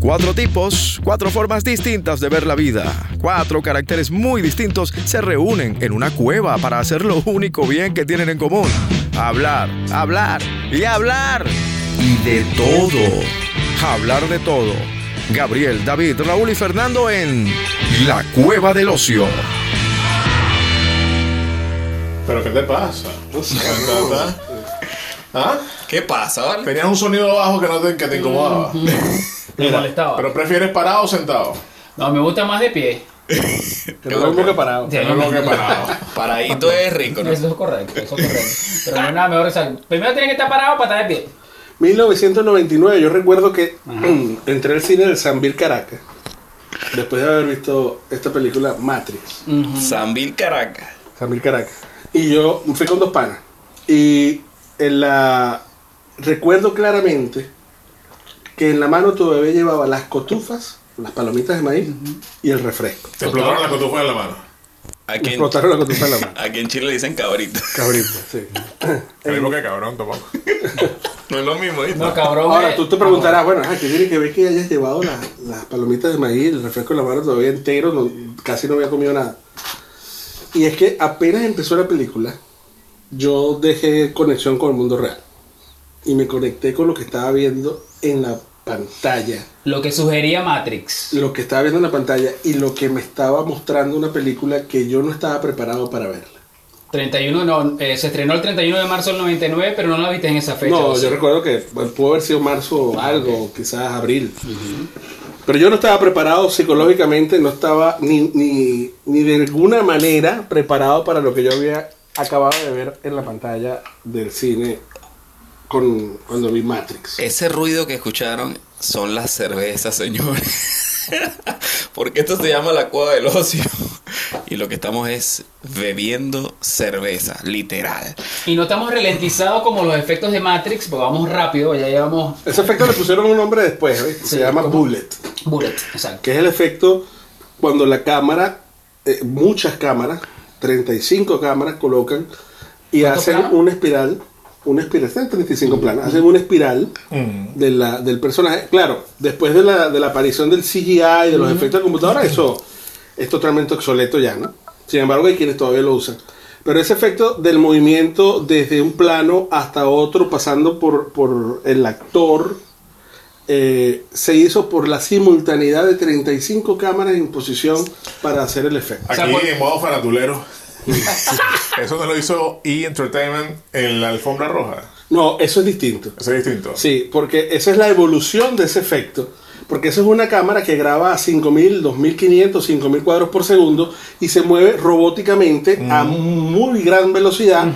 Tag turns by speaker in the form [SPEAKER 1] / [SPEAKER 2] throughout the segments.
[SPEAKER 1] Cuatro tipos, cuatro formas distintas de ver la vida. Cuatro caracteres muy distintos se reúnen en una cueva para hacer lo único bien que tienen en común. Hablar, hablar y hablar. Y de todo. Hablar de todo. Gabriel, David, Raúl y Fernando en La Cueva del Ocio.
[SPEAKER 2] ¿Pero qué te pasa? ¿Ah?
[SPEAKER 3] ¿Qué pasa, vale?
[SPEAKER 2] Tenías un sonido bajo que no te, que te incomodaba.
[SPEAKER 4] Me molestaba.
[SPEAKER 2] ¿Pero prefieres parado o sentado?
[SPEAKER 4] No, me gusta más de pie.
[SPEAKER 5] Pero lo mismo que parado.
[SPEAKER 4] Sí,
[SPEAKER 2] No lo que parado.
[SPEAKER 3] Paradito es rico, ¿no?
[SPEAKER 4] Eso es correcto, eso es correcto. Pero no hay nada mejor que salir. Primero tiene que estar parado para estar de pie.
[SPEAKER 5] 1999, yo recuerdo que entré al cine del Sambil Caracas. Después de haber visto esta película Matrix,
[SPEAKER 3] Sambil Caracas.
[SPEAKER 5] Sambil Caracas. Y yo fui con dos panas. Y en la. Recuerdo claramente que en la mano tu bebé llevaba las cotufas, las palomitas de maíz y el refresco.
[SPEAKER 2] Te explotaron la cotufa en la mano.
[SPEAKER 3] Aquí en,
[SPEAKER 5] Explotaron la cotufa en la mano.
[SPEAKER 3] aquí en Chile le dicen cabrito.
[SPEAKER 5] Cabrito, sí.
[SPEAKER 2] Lo mismo que cabrón, tampoco.
[SPEAKER 3] No es lo mismo, ¿viste?
[SPEAKER 4] No, cabrón.
[SPEAKER 5] Ahora
[SPEAKER 4] eh.
[SPEAKER 5] tú te preguntarás, bueno, ajá, ¿qué tiene que ver que hayas llevado la- las palomitas de maíz, el refresco en la mano todavía entero? no- casi no había comido nada. Y es que apenas empezó la película, yo dejé conexión con el mundo real. Y me conecté con lo que estaba viendo en la pantalla.
[SPEAKER 4] Lo que sugería Matrix.
[SPEAKER 5] Lo que estaba viendo en la pantalla y lo que me estaba mostrando una película que yo no estaba preparado para verla.
[SPEAKER 4] 31, no, eh, se estrenó el 31 de marzo del 99, pero no la viste en esa fecha.
[SPEAKER 5] No,
[SPEAKER 4] o sea.
[SPEAKER 5] yo recuerdo que bueno, pudo haber sido marzo o algo, quizás abril. Pero yo no estaba preparado psicológicamente, no estaba ni, ni, ni de alguna manera preparado para lo que yo había acabado de ver en la pantalla del cine con, cuando vi Matrix.
[SPEAKER 3] Ese ruido que escucharon son las cervezas, señores. Porque esto se llama la cueva del ocio. Y lo que estamos es bebiendo cerveza, literal.
[SPEAKER 4] Y no estamos ralentizados como los efectos de Matrix, pues vamos rápido, ya llevamos
[SPEAKER 5] Ese efecto le pusieron un nombre después, ¿ves? se
[SPEAKER 4] Sí,
[SPEAKER 5] llama
[SPEAKER 4] ¿cómo?
[SPEAKER 5] Bullet,
[SPEAKER 4] bullet, exacto.
[SPEAKER 5] que es el efecto cuando la cámara, eh, muchas cámaras, 35 cámaras colocan y
[SPEAKER 4] ¿Cuántos
[SPEAKER 5] hacen
[SPEAKER 4] planos? Mm.
[SPEAKER 5] una espiral, una espiral, están en 35 planos, hacen una espiral.
[SPEAKER 2] Mm.
[SPEAKER 5] de la- del personaje. Claro, después de la, de la aparición del CGI y de los
[SPEAKER 4] Mm.
[SPEAKER 5] efectos de computadora, eso es totalmente obsoleto ya, ¿no? Sin embargo, hay quienes todavía lo usan. Pero ese efecto del movimiento desde un plano hasta otro, pasando por, por el actor, eh, se hizo por la simultaneidad de 35 cámaras en posición para hacer el efecto.
[SPEAKER 2] Aquí
[SPEAKER 4] sea, por-
[SPEAKER 2] en modo faratulero. Eso no lo hizo E! Entertainment en la alfombra roja.
[SPEAKER 5] No, eso es distinto.
[SPEAKER 2] Eso es distinto.
[SPEAKER 5] Sí, porque esa es la evolución de ese efecto. Porque eso es una cámara que graba a 5000, 2500, 5000 cuadros por segundo y se mueve robóticamente a muy gran velocidad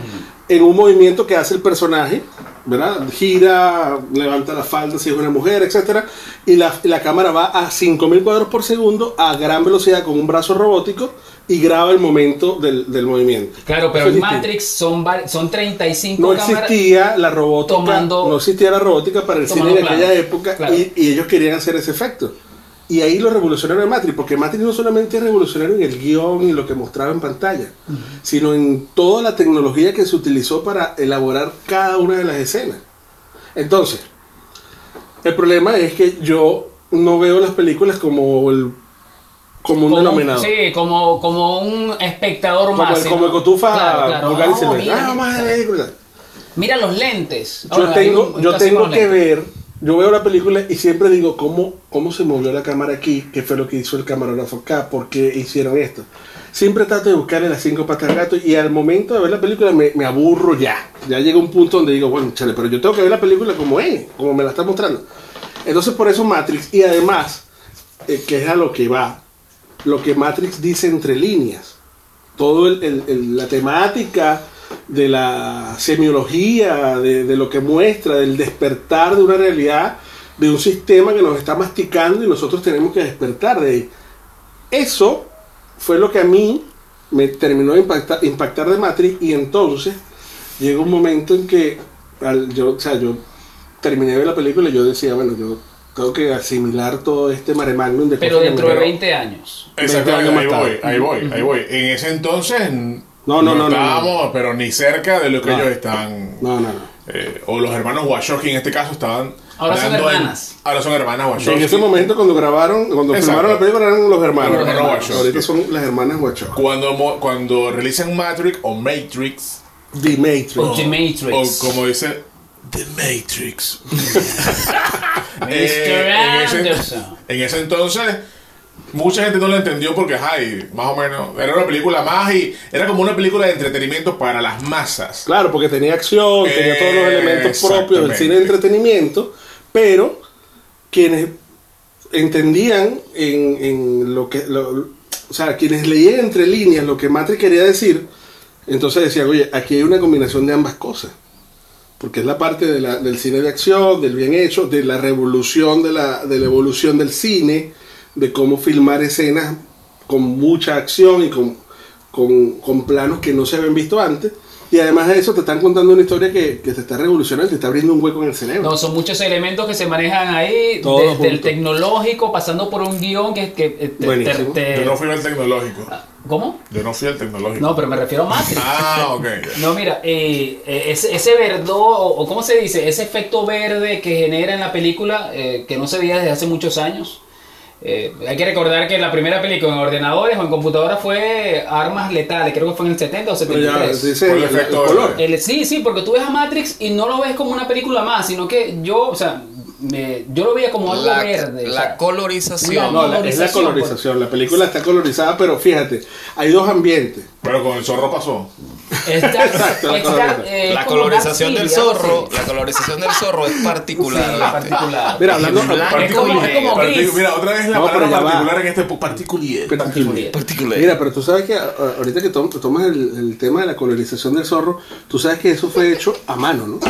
[SPEAKER 5] en un movimiento que hace el personaje, ¿verdad? Gira, levanta la falda si es una mujer, etcétera, y la, la cámara va a 5000 cuadros por segundo a gran velocidad con un brazo robótico y graba el momento del, del movimiento.
[SPEAKER 4] Claro, pero
[SPEAKER 5] Eso es
[SPEAKER 4] en
[SPEAKER 5] distinto.
[SPEAKER 4] Matrix son, vari- son 35
[SPEAKER 5] No
[SPEAKER 4] cámaras.
[SPEAKER 5] existía la robótica.
[SPEAKER 4] tomando-
[SPEAKER 5] no existía la robótica para el cine
[SPEAKER 4] tomando
[SPEAKER 5] en aquella
[SPEAKER 4] planos,
[SPEAKER 5] época
[SPEAKER 4] claro.
[SPEAKER 5] y, y ellos querían hacer ese efecto. Y ahí lo revolucionaron en Matrix, porque Matrix no solamente es revolucionario en el guión y lo que mostraba en pantalla, sino en toda la tecnología que se utilizó para elaborar cada una de las escenas. Entonces, el problema es que yo no veo las películas como el como un
[SPEAKER 4] Como un-
[SPEAKER 5] denominador.
[SPEAKER 4] sí, como, como un espectador
[SPEAKER 5] Como,
[SPEAKER 4] más.
[SPEAKER 5] el,
[SPEAKER 4] ¿no?
[SPEAKER 5] como el cotufa
[SPEAKER 4] Claro, claro.
[SPEAKER 5] vulgar y
[SPEAKER 4] No,
[SPEAKER 5] silvestre.
[SPEAKER 4] mira,
[SPEAKER 5] Ah,
[SPEAKER 4] mira,
[SPEAKER 5] madre, película.
[SPEAKER 4] mira los lentes.
[SPEAKER 5] Yo
[SPEAKER 4] Ahora, hay
[SPEAKER 5] tengo,
[SPEAKER 4] un-
[SPEAKER 5] yo
[SPEAKER 4] está
[SPEAKER 5] tengo
[SPEAKER 4] haciendo
[SPEAKER 5] que
[SPEAKER 4] los lentes.
[SPEAKER 5] ver, yo veo la película y siempre digo cómo, cómo se movió la cámara aquí, qué fue lo que hizo el camarógrafo acá, por qué hicieron esto. Siempre trato de buscarle las cinco patas al gato y al momento de ver la película me, me aburro ya. Ya llega un punto donde digo, bueno, chale, pero yo tengo que ver la película como es, como me la está mostrando. Entonces por eso Matrix y además, eh, que es a lo que va, lo que Matrix dice entre líneas todo el- el- el- la temática de la semiología, de, de lo que muestra, del despertar de una realidad, de un sistema que nos está masticando y nosotros tenemos que despertar de ahí. Eso fue lo que a mí me terminó de impacta- impactar de Matrix y entonces llega un momento en que al- yo, o sea, yo terminé de ver la película y yo decía, bueno, yo tengo que asimilar todo este mare magnum de
[SPEAKER 4] Pero
[SPEAKER 5] cosas que
[SPEAKER 4] dentro
[SPEAKER 5] me-
[SPEAKER 4] de 20 años.
[SPEAKER 2] Exactamente,
[SPEAKER 5] 20
[SPEAKER 2] ahí
[SPEAKER 5] años más
[SPEAKER 2] voy,
[SPEAKER 5] tarde.
[SPEAKER 2] ahí voy, ahí voy. En ese entonces
[SPEAKER 5] no, no, no, no.
[SPEAKER 2] estábamos, pero ni cerca de lo que
[SPEAKER 5] No.
[SPEAKER 2] ellos están.
[SPEAKER 5] No, no, no.
[SPEAKER 2] eh, o los hermanos Wachowski en este caso estaban
[SPEAKER 4] Ahora son
[SPEAKER 2] hablando en-
[SPEAKER 4] hermanas.
[SPEAKER 2] ahora son hermanas
[SPEAKER 5] En
[SPEAKER 2] Wachowski.
[SPEAKER 5] ese momento, cuando grabaron, cuando
[SPEAKER 2] Exacto.
[SPEAKER 5] filmaron la película, eran los hermanos.
[SPEAKER 2] Los hermanos Wachowski.
[SPEAKER 5] Ahorita son las hermanas Wachowski.
[SPEAKER 2] Cuando, mo- cuando realizan Matrix o Matrix,
[SPEAKER 5] The Matrix.
[SPEAKER 4] The Matrix.
[SPEAKER 2] o como dice The Matrix.
[SPEAKER 4] Mr.
[SPEAKER 2] Eh, en, ese,
[SPEAKER 4] Anderson.
[SPEAKER 2] en ese entonces, mucha gente no la entendió porque, ay, más o menos, era una película más y era como una película de entretenimiento para las masas.
[SPEAKER 5] Claro, porque tenía acción, tenía todos los elementos propios del cine de entretenimiento, pero quienes entendían en, en lo que, lo- o sea, quienes leían entre líneas lo que Matrix quería decir, entonces decían, oye, aquí hay una combinación de ambas cosas, porque es la parte de la- del cine de acción, del bien hecho, de la revolución, de la, de la evolución del cine, de cómo filmar escenas con mucha acción y con, con, con planos que no se habían visto antes. Y además de eso, te están contando una historia que, que te está revolucionando, te está abriendo un hueco en el cerebro.
[SPEAKER 4] No, son muchos elementos que se manejan ahí,
[SPEAKER 5] Todo
[SPEAKER 4] desde el
[SPEAKER 5] junto.
[SPEAKER 4] tecnológico, pasando por un guión que... que eh, te-
[SPEAKER 5] Buenísimo.
[SPEAKER 4] te- te-
[SPEAKER 2] Yo no fui al tecnológico.
[SPEAKER 4] ¿Cómo?
[SPEAKER 2] Yo no fui al tecnológico.
[SPEAKER 4] Eh. No, pero me refiero a Matrix.
[SPEAKER 2] Ah, ok.
[SPEAKER 4] No, mira, eh, eh, ese, ese verdo, o, o cómo se dice, ese efecto verde que genera en la película, eh, que no se veía desde hace muchos años. Eh, hay que recordar que la primera película en ordenadores o en computadora fue Armas Letales, creo que fue en el 70 o
[SPEAKER 5] Pero ya,
[SPEAKER 4] 73.
[SPEAKER 5] dice
[SPEAKER 2] Por el
[SPEAKER 5] el, el
[SPEAKER 2] efecto
[SPEAKER 5] color.
[SPEAKER 2] verde.
[SPEAKER 4] El- sí, sí, porque tú ves a Matrix y no lo ves como una película más, sino que yo, o sea, me- yo lo veía como algo
[SPEAKER 3] La,
[SPEAKER 4] verde. o
[SPEAKER 3] la
[SPEAKER 4] sea,
[SPEAKER 3] colorización.
[SPEAKER 5] No, la- es la
[SPEAKER 4] Colorización,
[SPEAKER 5] colorización. La película está colorizada, pero fíjate, hay dos ambientes.
[SPEAKER 2] Pero con el zorro pasó.
[SPEAKER 4] está-
[SPEAKER 5] Exacto, la
[SPEAKER 4] está,
[SPEAKER 5] colorización.
[SPEAKER 4] eh,
[SPEAKER 3] La
[SPEAKER 4] como Dark
[SPEAKER 3] colorización del
[SPEAKER 4] City, algo así.
[SPEAKER 3] zorro, la colorización del zorro es particular.
[SPEAKER 4] Sí,
[SPEAKER 3] ¿viste?
[SPEAKER 4] particular.
[SPEAKER 5] Mira, hablando-
[SPEAKER 3] En blanco
[SPEAKER 4] Es como-
[SPEAKER 3] y
[SPEAKER 4] es como-
[SPEAKER 3] negro.
[SPEAKER 2] Particu-
[SPEAKER 4] gris.
[SPEAKER 2] Mira, otra vez la
[SPEAKER 5] No,
[SPEAKER 2] palabra
[SPEAKER 5] pero ya va.
[SPEAKER 2] particular en este pu- particulier.
[SPEAKER 5] Particulier.
[SPEAKER 3] Particular.
[SPEAKER 5] Mira, pero tú sabes que a- a- ahorita que tom- tomas el, el tema de la colorización del zorro, tú sabes que eso fue hecho a mano, ¿no?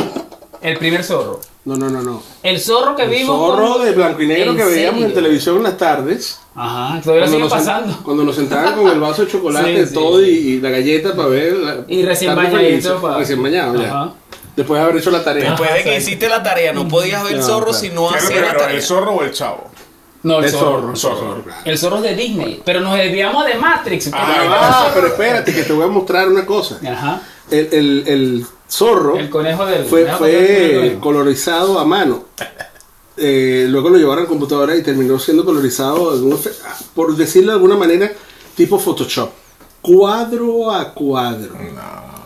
[SPEAKER 4] El primer zorro.
[SPEAKER 5] No, no, no, no.
[SPEAKER 4] El zorro que
[SPEAKER 5] El
[SPEAKER 4] vimos.
[SPEAKER 5] zorro
[SPEAKER 4] con-
[SPEAKER 5] de blanco y negro
[SPEAKER 4] ¿En
[SPEAKER 5] que veíamos en
[SPEAKER 4] serio?
[SPEAKER 5] televisión en las tardes.
[SPEAKER 4] Ajá, todavía sigue
[SPEAKER 5] nos, sen-
[SPEAKER 4] pasando.
[SPEAKER 5] cuando nos sentaban con el vaso de chocolate
[SPEAKER 4] Sí, sí,
[SPEAKER 5] todo
[SPEAKER 4] sí.
[SPEAKER 5] Y, y la galleta para ver. la-
[SPEAKER 4] Y recién
[SPEAKER 5] tarde
[SPEAKER 4] bañadito.
[SPEAKER 5] feliz.
[SPEAKER 4] pa-
[SPEAKER 5] Recién bañado, ya.
[SPEAKER 4] Ajá.
[SPEAKER 5] Después de haber hecho la tarea.
[SPEAKER 3] Después de que hiciste la tarea, no podías ver
[SPEAKER 5] No,
[SPEAKER 3] zorro
[SPEAKER 5] claro.
[SPEAKER 3] si no
[SPEAKER 2] ¿Qué es
[SPEAKER 3] hacías
[SPEAKER 2] lo
[SPEAKER 3] la
[SPEAKER 2] primero,
[SPEAKER 3] tarea.
[SPEAKER 2] el zorro o el chavo?
[SPEAKER 4] No, el,
[SPEAKER 5] El
[SPEAKER 4] zorro.
[SPEAKER 5] zorro. el
[SPEAKER 2] Zorro.
[SPEAKER 5] claro.
[SPEAKER 4] El zorro es de Disney. Pero nos desviamos de Matrix.
[SPEAKER 2] Ah,
[SPEAKER 4] pero-
[SPEAKER 5] Ah, pero espérate, que te voy a mostrar una cosa.
[SPEAKER 4] Ajá.
[SPEAKER 5] El, el- el zorro
[SPEAKER 4] El conejo del.
[SPEAKER 5] fue,
[SPEAKER 4] déjame ver el
[SPEAKER 5] fue
[SPEAKER 4] conejo.
[SPEAKER 5] colorizado a mano. Eh, luego lo llevaron a computadora y terminó siendo colorizado, de un efe- por decirlo de alguna manera, tipo Photoshop. Cuadro a cuadro.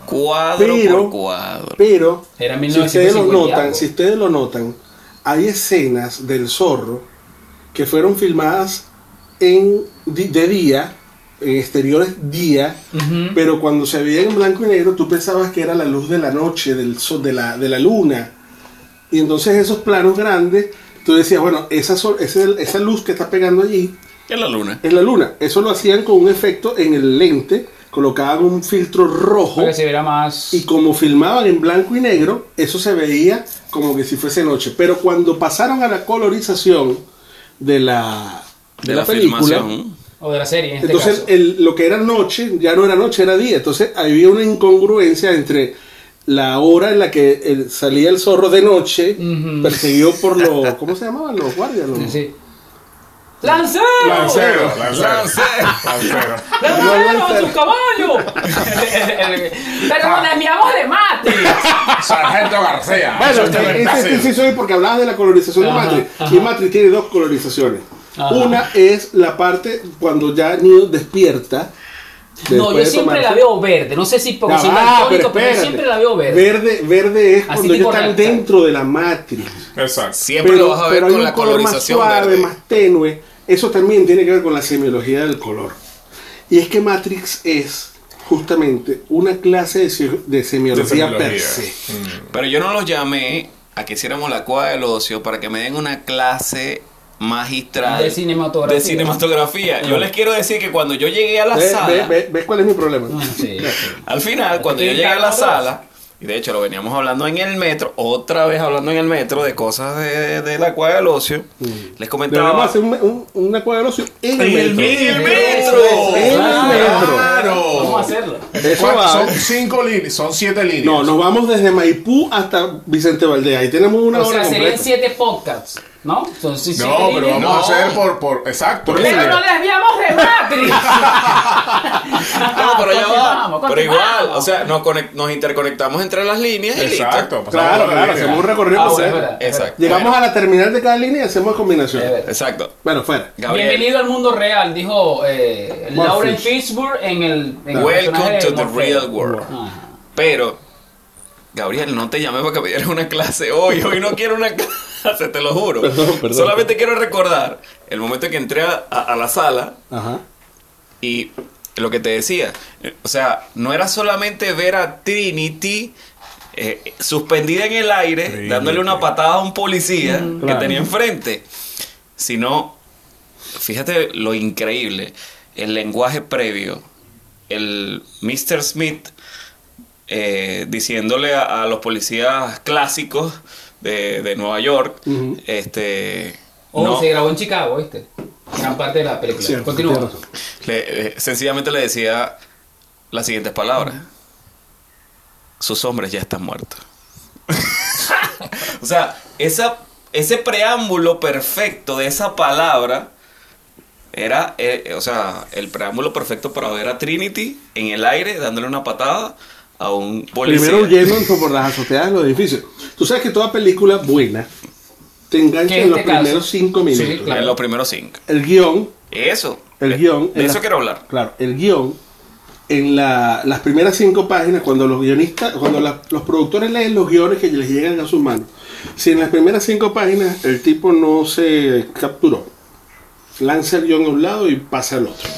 [SPEAKER 3] Cuadro
[SPEAKER 5] Pero-
[SPEAKER 3] por cuadro.
[SPEAKER 5] Pero,
[SPEAKER 4] Era
[SPEAKER 5] si ustedes lo
[SPEAKER 4] 1950 y
[SPEAKER 5] notan,
[SPEAKER 4] algo.
[SPEAKER 5] si ustedes lo notan, hay escenas del zorro que fueron filmadas en di- de día, en exteriores día,
[SPEAKER 4] Ujú.
[SPEAKER 5] pero cuando se veía en blanco y negro, tú pensabas que era la luz de la noche, del sol, de la, de la luna. Y entonces esos planos grandes, tú decías, bueno, esa, sol- ese- esa luz que está pegando allí
[SPEAKER 3] ¿Qué es la luna?
[SPEAKER 5] es la luna. Eso lo hacían con un efecto en el lente, colocaban un filtro rojo.
[SPEAKER 4] Para que se viera más.
[SPEAKER 5] Y como filmaban en blanco y negro, eso se veía como que si fuese noche. Pero cuando pasaron a la colorización de la, de la, película,
[SPEAKER 3] filmación.
[SPEAKER 4] O de la serie, en este
[SPEAKER 5] entonces
[SPEAKER 4] caso.
[SPEAKER 5] el- lo que era noche ya no era noche, era día. Entonces había una incongruencia entre la hora en la que el- salía el zorro de noche,
[SPEAKER 4] Ujú.
[SPEAKER 5] perseguido por los, ¿cómo se llamaban? Los guardias. los-
[SPEAKER 4] Sí. ¡Lancero!
[SPEAKER 2] Lancero, lancero.
[SPEAKER 3] Lancero.
[SPEAKER 2] Lancero.
[SPEAKER 4] ¡Lancero a
[SPEAKER 5] Lancero.
[SPEAKER 4] su caballo! pero nos desviamos de Matrix.
[SPEAKER 2] Sargento Garcea.
[SPEAKER 5] Bueno,
[SPEAKER 2] Sargento
[SPEAKER 5] este este
[SPEAKER 2] García.
[SPEAKER 5] sí soy porque hablabas de la colorización
[SPEAKER 4] Ajá,
[SPEAKER 5] de Matrix.
[SPEAKER 4] ajá.
[SPEAKER 5] Y Matrix tiene dos colorizaciones.
[SPEAKER 4] Ajá.
[SPEAKER 5] Una es la parte cuando ya Neo despierta.
[SPEAKER 4] No,
[SPEAKER 5] después de
[SPEAKER 4] yo siempre
[SPEAKER 5] tomarse-
[SPEAKER 4] la veo verde. No sé si porque
[SPEAKER 5] Ya
[SPEAKER 4] soy
[SPEAKER 5] va,
[SPEAKER 4] daltónico, pero, yo
[SPEAKER 5] espérate.
[SPEAKER 4] siempre la veo verde.
[SPEAKER 5] Verde, verde es
[SPEAKER 4] Así
[SPEAKER 5] cuando ya
[SPEAKER 4] tipo
[SPEAKER 5] están
[SPEAKER 4] recta.
[SPEAKER 5] dentro de la Matrix.
[SPEAKER 2] Exacto.
[SPEAKER 3] Siempre lo vas a ver
[SPEAKER 5] pero hay
[SPEAKER 3] con
[SPEAKER 5] un
[SPEAKER 3] la
[SPEAKER 5] color más
[SPEAKER 3] colorización
[SPEAKER 5] suave,
[SPEAKER 3] verde.
[SPEAKER 5] más tenue. Eso también tiene que ver con la semiología del color. Y es que Matrix es justamente una clase de, se- de semiología,
[SPEAKER 2] De
[SPEAKER 5] per
[SPEAKER 2] semiología.
[SPEAKER 5] se.
[SPEAKER 3] Pero yo no los llamé a que hiciéramos la cuadra del ocio para que me den una clase magistral
[SPEAKER 4] De cinematografía.
[SPEAKER 3] de cinematografía.
[SPEAKER 5] Ah.
[SPEAKER 3] Yo les quiero decir que cuando yo llegué a la
[SPEAKER 5] ¿Ves,
[SPEAKER 3] sala,
[SPEAKER 5] ves- ves- ves cuál es mi problema?
[SPEAKER 4] Ah, sí, sí.
[SPEAKER 3] al final, cuando yo
[SPEAKER 4] que
[SPEAKER 3] llegué a la
[SPEAKER 4] llegar a la
[SPEAKER 3] sala, y de hecho lo veníamos hablando en el metro, otra vez hablando en el metro de cosas de, de la cuadra del ocio, les
[SPEAKER 5] Deberíamos
[SPEAKER 3] comentaba.
[SPEAKER 5] hacer un, un, una cuadra de ocio en el metro.
[SPEAKER 2] ¡El
[SPEAKER 4] metro!
[SPEAKER 5] ¡El metro!
[SPEAKER 2] ¡Claro!
[SPEAKER 4] Vamos a hacerlo.
[SPEAKER 5] Eso
[SPEAKER 2] ¿Cuánto?
[SPEAKER 5] va.
[SPEAKER 2] Son cinco líneas, son siete líneas.
[SPEAKER 5] No, nos vamos desde Maipú hasta Vicente Valdés. Ahí tenemos una
[SPEAKER 4] o
[SPEAKER 5] hora
[SPEAKER 4] sea, serían
[SPEAKER 5] completa.
[SPEAKER 4] siete podcasts, ¿no? Son si- siete
[SPEAKER 2] No, pero
[SPEAKER 4] líneas.
[SPEAKER 2] vamos
[SPEAKER 3] No.
[SPEAKER 2] a hacer por, por exacto.
[SPEAKER 5] Por
[SPEAKER 2] línea.
[SPEAKER 4] Pero nos desviamos de Matrix.
[SPEAKER 3] No, pero ya va.
[SPEAKER 4] Continuamos,
[SPEAKER 3] Ah, Pero igual,
[SPEAKER 4] continuamos.
[SPEAKER 3] o sea, nos, conec- nos interconectamos entre las líneas y listo.
[SPEAKER 2] Exacto. pasamos
[SPEAKER 5] Claro,
[SPEAKER 2] a la
[SPEAKER 5] claro,
[SPEAKER 2] línea.
[SPEAKER 5] hacemos un recorrido
[SPEAKER 4] Ah, bueno,
[SPEAKER 5] completo.
[SPEAKER 4] es verdad.
[SPEAKER 3] Exacto.
[SPEAKER 5] Llegamos
[SPEAKER 3] Bueno,
[SPEAKER 5] a la terminal de cada línea y hacemos combinación.
[SPEAKER 4] Es verdad.
[SPEAKER 3] Exacto.
[SPEAKER 5] Bueno, fuera.
[SPEAKER 3] Gabriel.
[SPEAKER 4] Bienvenido al mundo real, dijo eh,
[SPEAKER 5] Morpheus.
[SPEAKER 4] Lauren Fishburne en el. En el personaje
[SPEAKER 3] Welcome
[SPEAKER 4] de Ah.
[SPEAKER 3] to the
[SPEAKER 4] Morpheus.
[SPEAKER 3] real world.
[SPEAKER 4] Ajá.
[SPEAKER 3] Pero, Gabriel, no te llamé para que me dieras una clase hoy. Hoy no quiero una clase, te lo juro.
[SPEAKER 5] Perdón, perdón.
[SPEAKER 3] Solamente quiero recordar el momento que entré a, a- a la sala
[SPEAKER 5] Ajá.
[SPEAKER 3] y lo que te decía. eh, O sea, no era solamente ver a Trinity. eh, suspendida en el aire,
[SPEAKER 2] Trinity.
[SPEAKER 3] dándole una patada a un policía que
[SPEAKER 5] Claro.
[SPEAKER 3] tenía enfrente, sino, fíjate lo increíble, el lenguaje previo, el Mr. Smith eh, diciéndole a, a los policías clásicos de, de Nueva York,
[SPEAKER 5] Ujú.
[SPEAKER 3] este,
[SPEAKER 4] O
[SPEAKER 3] no,
[SPEAKER 4] Oh, se grabó en Chicago, ¿viste? Gran parte de la película.
[SPEAKER 5] Cierto,
[SPEAKER 4] Continúa.
[SPEAKER 5] tienes razón.
[SPEAKER 3] le- eh, sencillamente le decía las siguientes palabras. Sus hombres ya están muertos. o sea, esa, ese preámbulo perfecto de esa palabra era, eh, o sea, el preámbulo perfecto para ver a Trinity en el aire dándole una patada a un policía.
[SPEAKER 5] Primero huyendo por las azoteas de los edificios. Tú sabes que toda película buena te engancha
[SPEAKER 4] Que
[SPEAKER 5] en
[SPEAKER 4] en
[SPEAKER 5] los
[SPEAKER 4] este caso-
[SPEAKER 5] primeros cinco
[SPEAKER 4] Sí,
[SPEAKER 5] minutos.
[SPEAKER 4] claro.
[SPEAKER 3] En los primeros cinco.
[SPEAKER 5] El guión,
[SPEAKER 3] Eso.
[SPEAKER 5] el
[SPEAKER 3] De-
[SPEAKER 5] guión.
[SPEAKER 3] De
[SPEAKER 5] en
[SPEAKER 3] eso
[SPEAKER 5] la-
[SPEAKER 3] quiero hablar.
[SPEAKER 5] Claro, el guión, en la- las primeras cinco páginas, cuando los guionistas, cuando la- los productores leen los guiones que les llegan a sus manos, si en las primeras cinco páginas el tipo no se capturó, lanza el guión a un lado y pasa al otro.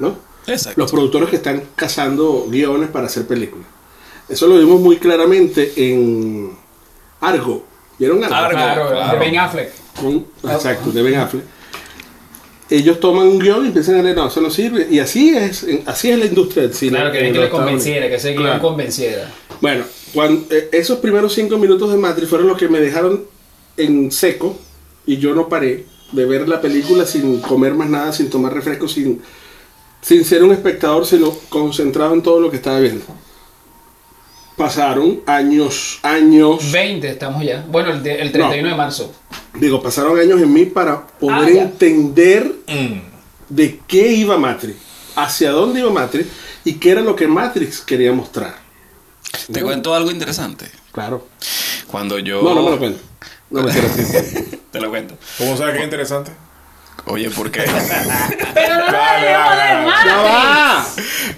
[SPEAKER 5] ¿No?
[SPEAKER 3] Exacto.
[SPEAKER 5] los productores que están cazando guiones para hacer películas. Eso lo vimos muy claramente en Argo. ¿Vieron Argo?
[SPEAKER 3] Argo.
[SPEAKER 4] Claro,
[SPEAKER 3] Claro.
[SPEAKER 4] de Ben Affleck.
[SPEAKER 5] Con- exacto, de Ben Affleck. Ellos toman un guión y empiezan a leer, no, eso no sirve. Y así es, en- así es la industria del cine.
[SPEAKER 4] Claro,
[SPEAKER 5] en
[SPEAKER 4] querían que
[SPEAKER 5] los
[SPEAKER 4] le
[SPEAKER 5] Estados
[SPEAKER 4] convenciera, que
[SPEAKER 5] Unidos.
[SPEAKER 4] ese guión
[SPEAKER 5] Claro.
[SPEAKER 4] convenciera.
[SPEAKER 5] Bueno, cuan- eh, esos primeros cinco minutos de Matrix fueron los que me dejaron en seco y yo no paré de ver la película sin comer más nada, sin tomar refresco, sin, sin ser un espectador, sino concentrado en todo lo que estaba viendo. Pasaron años, años,
[SPEAKER 4] 20 estamos ya. Bueno, el, de- el 31 de marzo.
[SPEAKER 5] digo, pasaron años en mí para
[SPEAKER 4] Ah,
[SPEAKER 5] poder
[SPEAKER 4] ya.
[SPEAKER 5] entender
[SPEAKER 2] Mm.
[SPEAKER 5] de qué iba Matrix, hacia dónde iba Matrix y qué era lo que Matrix quería mostrar.
[SPEAKER 3] Te cuento algo interesante.
[SPEAKER 5] Claro.
[SPEAKER 3] Cuando yo.
[SPEAKER 5] No, no me lo cuento. No me quiero decir.
[SPEAKER 3] Te lo cuento.
[SPEAKER 2] ¿Cómo sabes que es interesante?
[SPEAKER 3] Oye, ¿por qué?
[SPEAKER 4] Pero no
[SPEAKER 2] Dale, dale, dale.
[SPEAKER 5] ¡Ya va!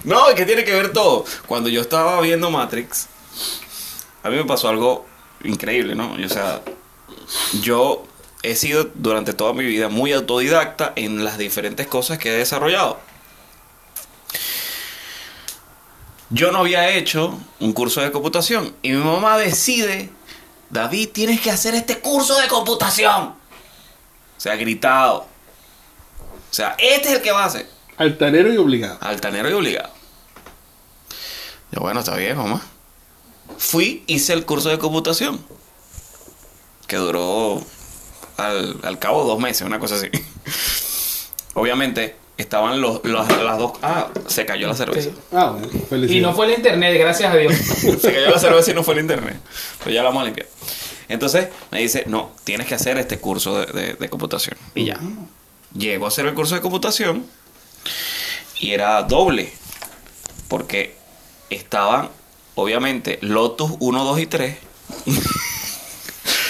[SPEAKER 3] no, es que tiene que ver todo. Cuando yo estaba viendo Matrix, a mí me pasó algo increíble, ¿no? O sea, yo he sido durante toda mi vida muy autodidacta en las diferentes cosas que he desarrollado. Yo no había hecho un curso de computación y mi mamá decide, David, tienes que hacer este curso de computación. Se ha gritado. O sea, este es el que va a hacer.
[SPEAKER 5] Altanero y obligado.
[SPEAKER 3] Altanero y obligado. Yo, bueno, está bien, mamá. Fui, hice el curso de computación. Que duró al, al cabo de dos meses, una cosa así. Obviamente, estaban los, los- las dos. Ah, se cayó la cerveza.
[SPEAKER 5] Ah, bueno, felicidades.
[SPEAKER 4] Y no fue el internet, gracias a Dios.
[SPEAKER 3] Se cayó la cerveza y no fue el internet. Pero ya la vamos a limpiar. Entonces me dice, no, tienes que hacer este curso de, de- de computación. Y ya. Llego a hacer el curso de computación y era doble. Porque estaban, obviamente, Lotus 1, 2 y 3.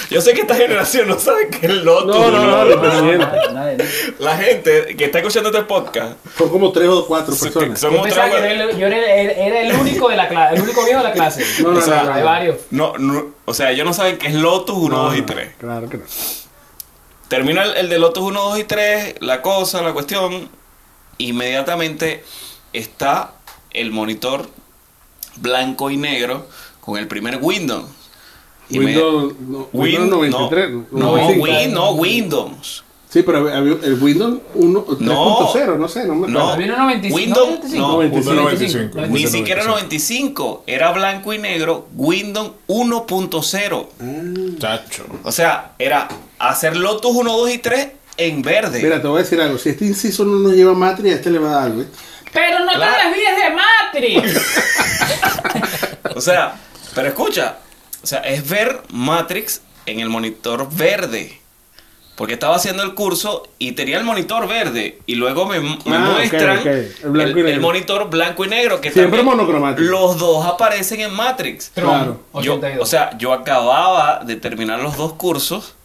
[SPEAKER 3] Yo sé que esta generación no sabe qué es Lotus.
[SPEAKER 5] No, no, no,
[SPEAKER 3] ¿no?
[SPEAKER 5] lo presidente.
[SPEAKER 3] La gente que está escuchando este podcast,
[SPEAKER 5] Son como tres o cuatro
[SPEAKER 3] que- que
[SPEAKER 5] personas.
[SPEAKER 3] son
[SPEAKER 4] Yo
[SPEAKER 3] otra
[SPEAKER 4] pensaba que
[SPEAKER 3] web-
[SPEAKER 4] era el, yo era, el- era el único de la clase, el único viejo de la clase.
[SPEAKER 5] No, no,
[SPEAKER 4] O sea,
[SPEAKER 5] no, no.
[SPEAKER 4] Hay varios.
[SPEAKER 3] no, no, o sea, ellos no saben qué es Lotus 1,
[SPEAKER 5] No,
[SPEAKER 3] 2 y
[SPEAKER 5] no,
[SPEAKER 3] 3.
[SPEAKER 5] Claro que no.
[SPEAKER 3] Termina el, el de Lotus 1, 2 y 3, la cosa, la cuestión. Inmediatamente está el monitor blanco y negro con el primer Windows. Y me-
[SPEAKER 5] Windows, no,
[SPEAKER 3] Win-
[SPEAKER 5] Windows 93.
[SPEAKER 3] no, no,
[SPEAKER 5] 95.
[SPEAKER 3] Win- no, Windows.
[SPEAKER 5] Sí, pero había- el Windows 1 3.0, no sé, no me
[SPEAKER 3] No.
[SPEAKER 5] acuerdo.
[SPEAKER 4] Había uno 95.
[SPEAKER 3] Windows, no,
[SPEAKER 5] 95.
[SPEAKER 2] 95.
[SPEAKER 3] Ni
[SPEAKER 2] Windows
[SPEAKER 3] siquiera 95. Era blanco y negro, Windows 1.0.
[SPEAKER 2] Chacho.
[SPEAKER 3] O sea, era hacer Lotus 1, 2 y 3 en verde.
[SPEAKER 5] Mira, te voy a decir algo. Si este inciso no nos lleva a Matrix, a este le va a dar algo. ¿eh?
[SPEAKER 4] Pero no
[SPEAKER 3] Claro.
[SPEAKER 4] te desvíes de Matrix.
[SPEAKER 3] O sea, pero escucha, o sea, es ver Matrix en el monitor verde. Porque estaba haciendo el curso y tenía el monitor verde. Y luego me, me
[SPEAKER 5] Ah, ok,
[SPEAKER 3] muestran
[SPEAKER 5] ok. El
[SPEAKER 3] El,
[SPEAKER 5] blanco y
[SPEAKER 3] el
[SPEAKER 5] negro.
[SPEAKER 3] monitor blanco y negro. Que
[SPEAKER 5] Siempre
[SPEAKER 3] también
[SPEAKER 5] monocromático.
[SPEAKER 3] Los dos aparecen en Matrix.
[SPEAKER 4] Tron,
[SPEAKER 5] Claro.
[SPEAKER 3] Yo,
[SPEAKER 4] 82.
[SPEAKER 3] o sea, yo acababa de terminar los dos cursos